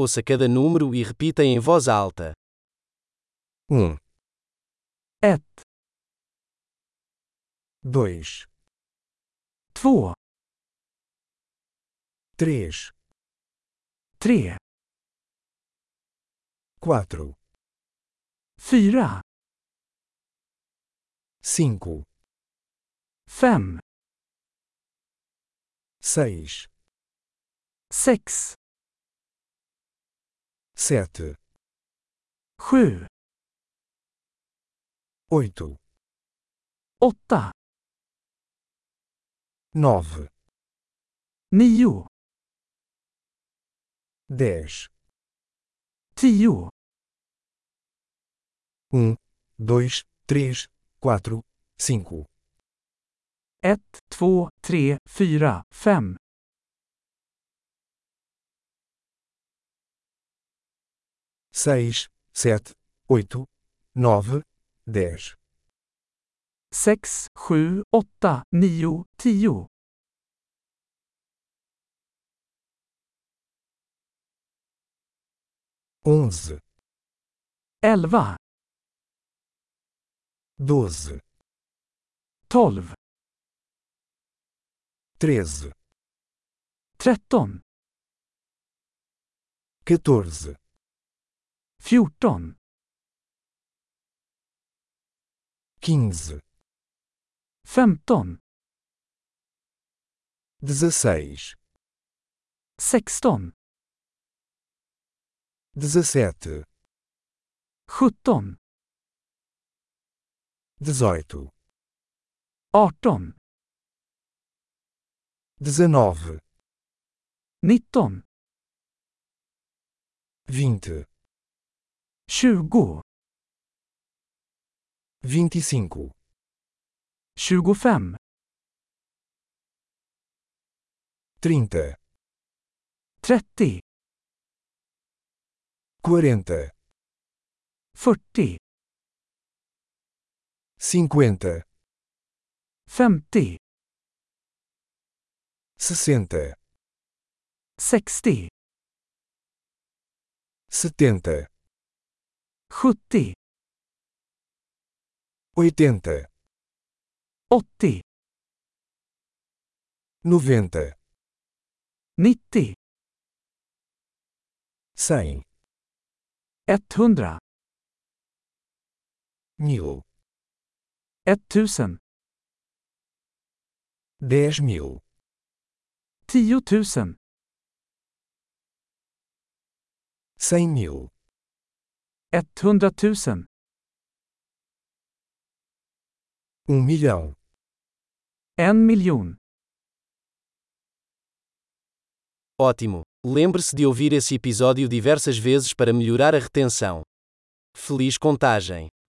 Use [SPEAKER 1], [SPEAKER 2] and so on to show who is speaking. [SPEAKER 1] Ouça cada número e repita em voz alta.
[SPEAKER 2] um
[SPEAKER 3] Ett,
[SPEAKER 2] dois
[SPEAKER 3] två,
[SPEAKER 2] três
[SPEAKER 3] tre,
[SPEAKER 2] quatro
[SPEAKER 3] fyra,
[SPEAKER 2] cinco
[SPEAKER 3] fem,
[SPEAKER 2] seis
[SPEAKER 3] sex,
[SPEAKER 2] sete
[SPEAKER 3] sju,
[SPEAKER 2] oito
[SPEAKER 3] åtta,
[SPEAKER 2] nove
[SPEAKER 3] nio,
[SPEAKER 2] dez
[SPEAKER 3] tio,
[SPEAKER 2] um dois três quatro cinco
[SPEAKER 3] ett, två, tre, fyra, fem,
[SPEAKER 2] seis sete oito nove dez
[SPEAKER 3] sex, sju, åtta, nio, tio,
[SPEAKER 2] onze
[SPEAKER 3] elva,
[SPEAKER 2] doze
[SPEAKER 3] tolv,
[SPEAKER 2] treze
[SPEAKER 3] tretton,
[SPEAKER 2] quatorze
[SPEAKER 3] fjorton,
[SPEAKER 2] quinze
[SPEAKER 3] femton,
[SPEAKER 2] dezesseis
[SPEAKER 3] sexton,
[SPEAKER 2] dezessete
[SPEAKER 3] sjutton,
[SPEAKER 2] dezoito
[SPEAKER 3] arton,
[SPEAKER 2] dezenove
[SPEAKER 3] nitton,
[SPEAKER 2] vinte
[SPEAKER 3] tjugo,
[SPEAKER 2] vinte e cinco
[SPEAKER 3] tjugofem,
[SPEAKER 2] trinta
[SPEAKER 3] trettio,
[SPEAKER 2] quarenta
[SPEAKER 3] fyrtio,
[SPEAKER 2] cinquenta
[SPEAKER 3] femtio,
[SPEAKER 2] sessenta
[SPEAKER 3] sextio.
[SPEAKER 2] setenta
[SPEAKER 3] 70,
[SPEAKER 2] oitenta
[SPEAKER 3] 80,
[SPEAKER 2] noventa
[SPEAKER 3] 90,
[SPEAKER 2] cem
[SPEAKER 3] 100,
[SPEAKER 2] mil
[SPEAKER 3] 1000,
[SPEAKER 2] dez mil
[SPEAKER 3] 10 000,
[SPEAKER 2] cem mil
[SPEAKER 3] 100 000,
[SPEAKER 2] um milhão
[SPEAKER 3] 1 miljon.
[SPEAKER 1] Ótimo! Lembre-se de ouvir esse episódio diversas vezes para melhorar a retenção. Feliz contagem!